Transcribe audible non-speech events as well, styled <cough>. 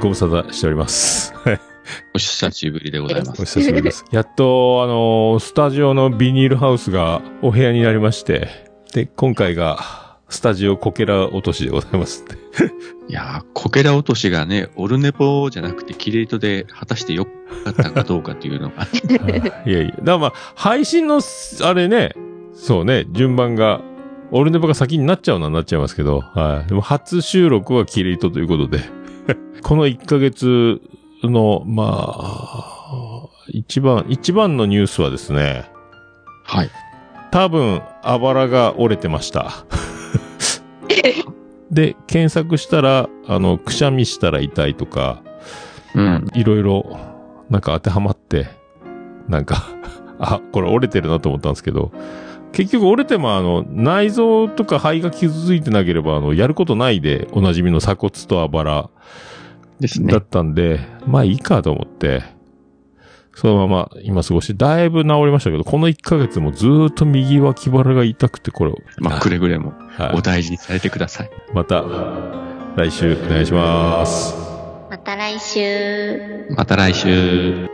ご無沙汰しております。 <laughs> はいお久しぶりでございまおす。久しぶりです。やっと、あのースタジオのビニールハウスがお部屋になりまして、で、今回が、スタジオこけら落としでございますって。いやー、こけら落としがね、オルネポじゃなくてキレイトで果たしてよかったかどうかっていうのが、いやいや。だからまあ、配信の、あれね、そうね、順番が、オルネポが先になっちゃうのはなっちゃいますけど、はい。でも初収録はキリトということで、 <laughs> この1ヶ月の、まあ、一番、一番のニュースはですね、 <laughs> はい。多分、あばらが折れてました。で、検索したら、あの、くしゃみしたら痛いとか、うん。いろいろ、なんか当てはまって、なんか、 <laughs> あ、これ折れてるなと思ったんですけど、結局折れてもあの、内臓とか肺が傷ついてなければ、あの、やることないで、おなじみの鎖骨とあばらですだねっ。たんで、まあいいかと思って、そのまま今過ごして、だいぶ治りましたけど、この1ヶ月もずーっと右脇腹が痛くて、これ、まあ、くれぐれもはいお大事にされてください。また、来週お願いします。また来週。また来週。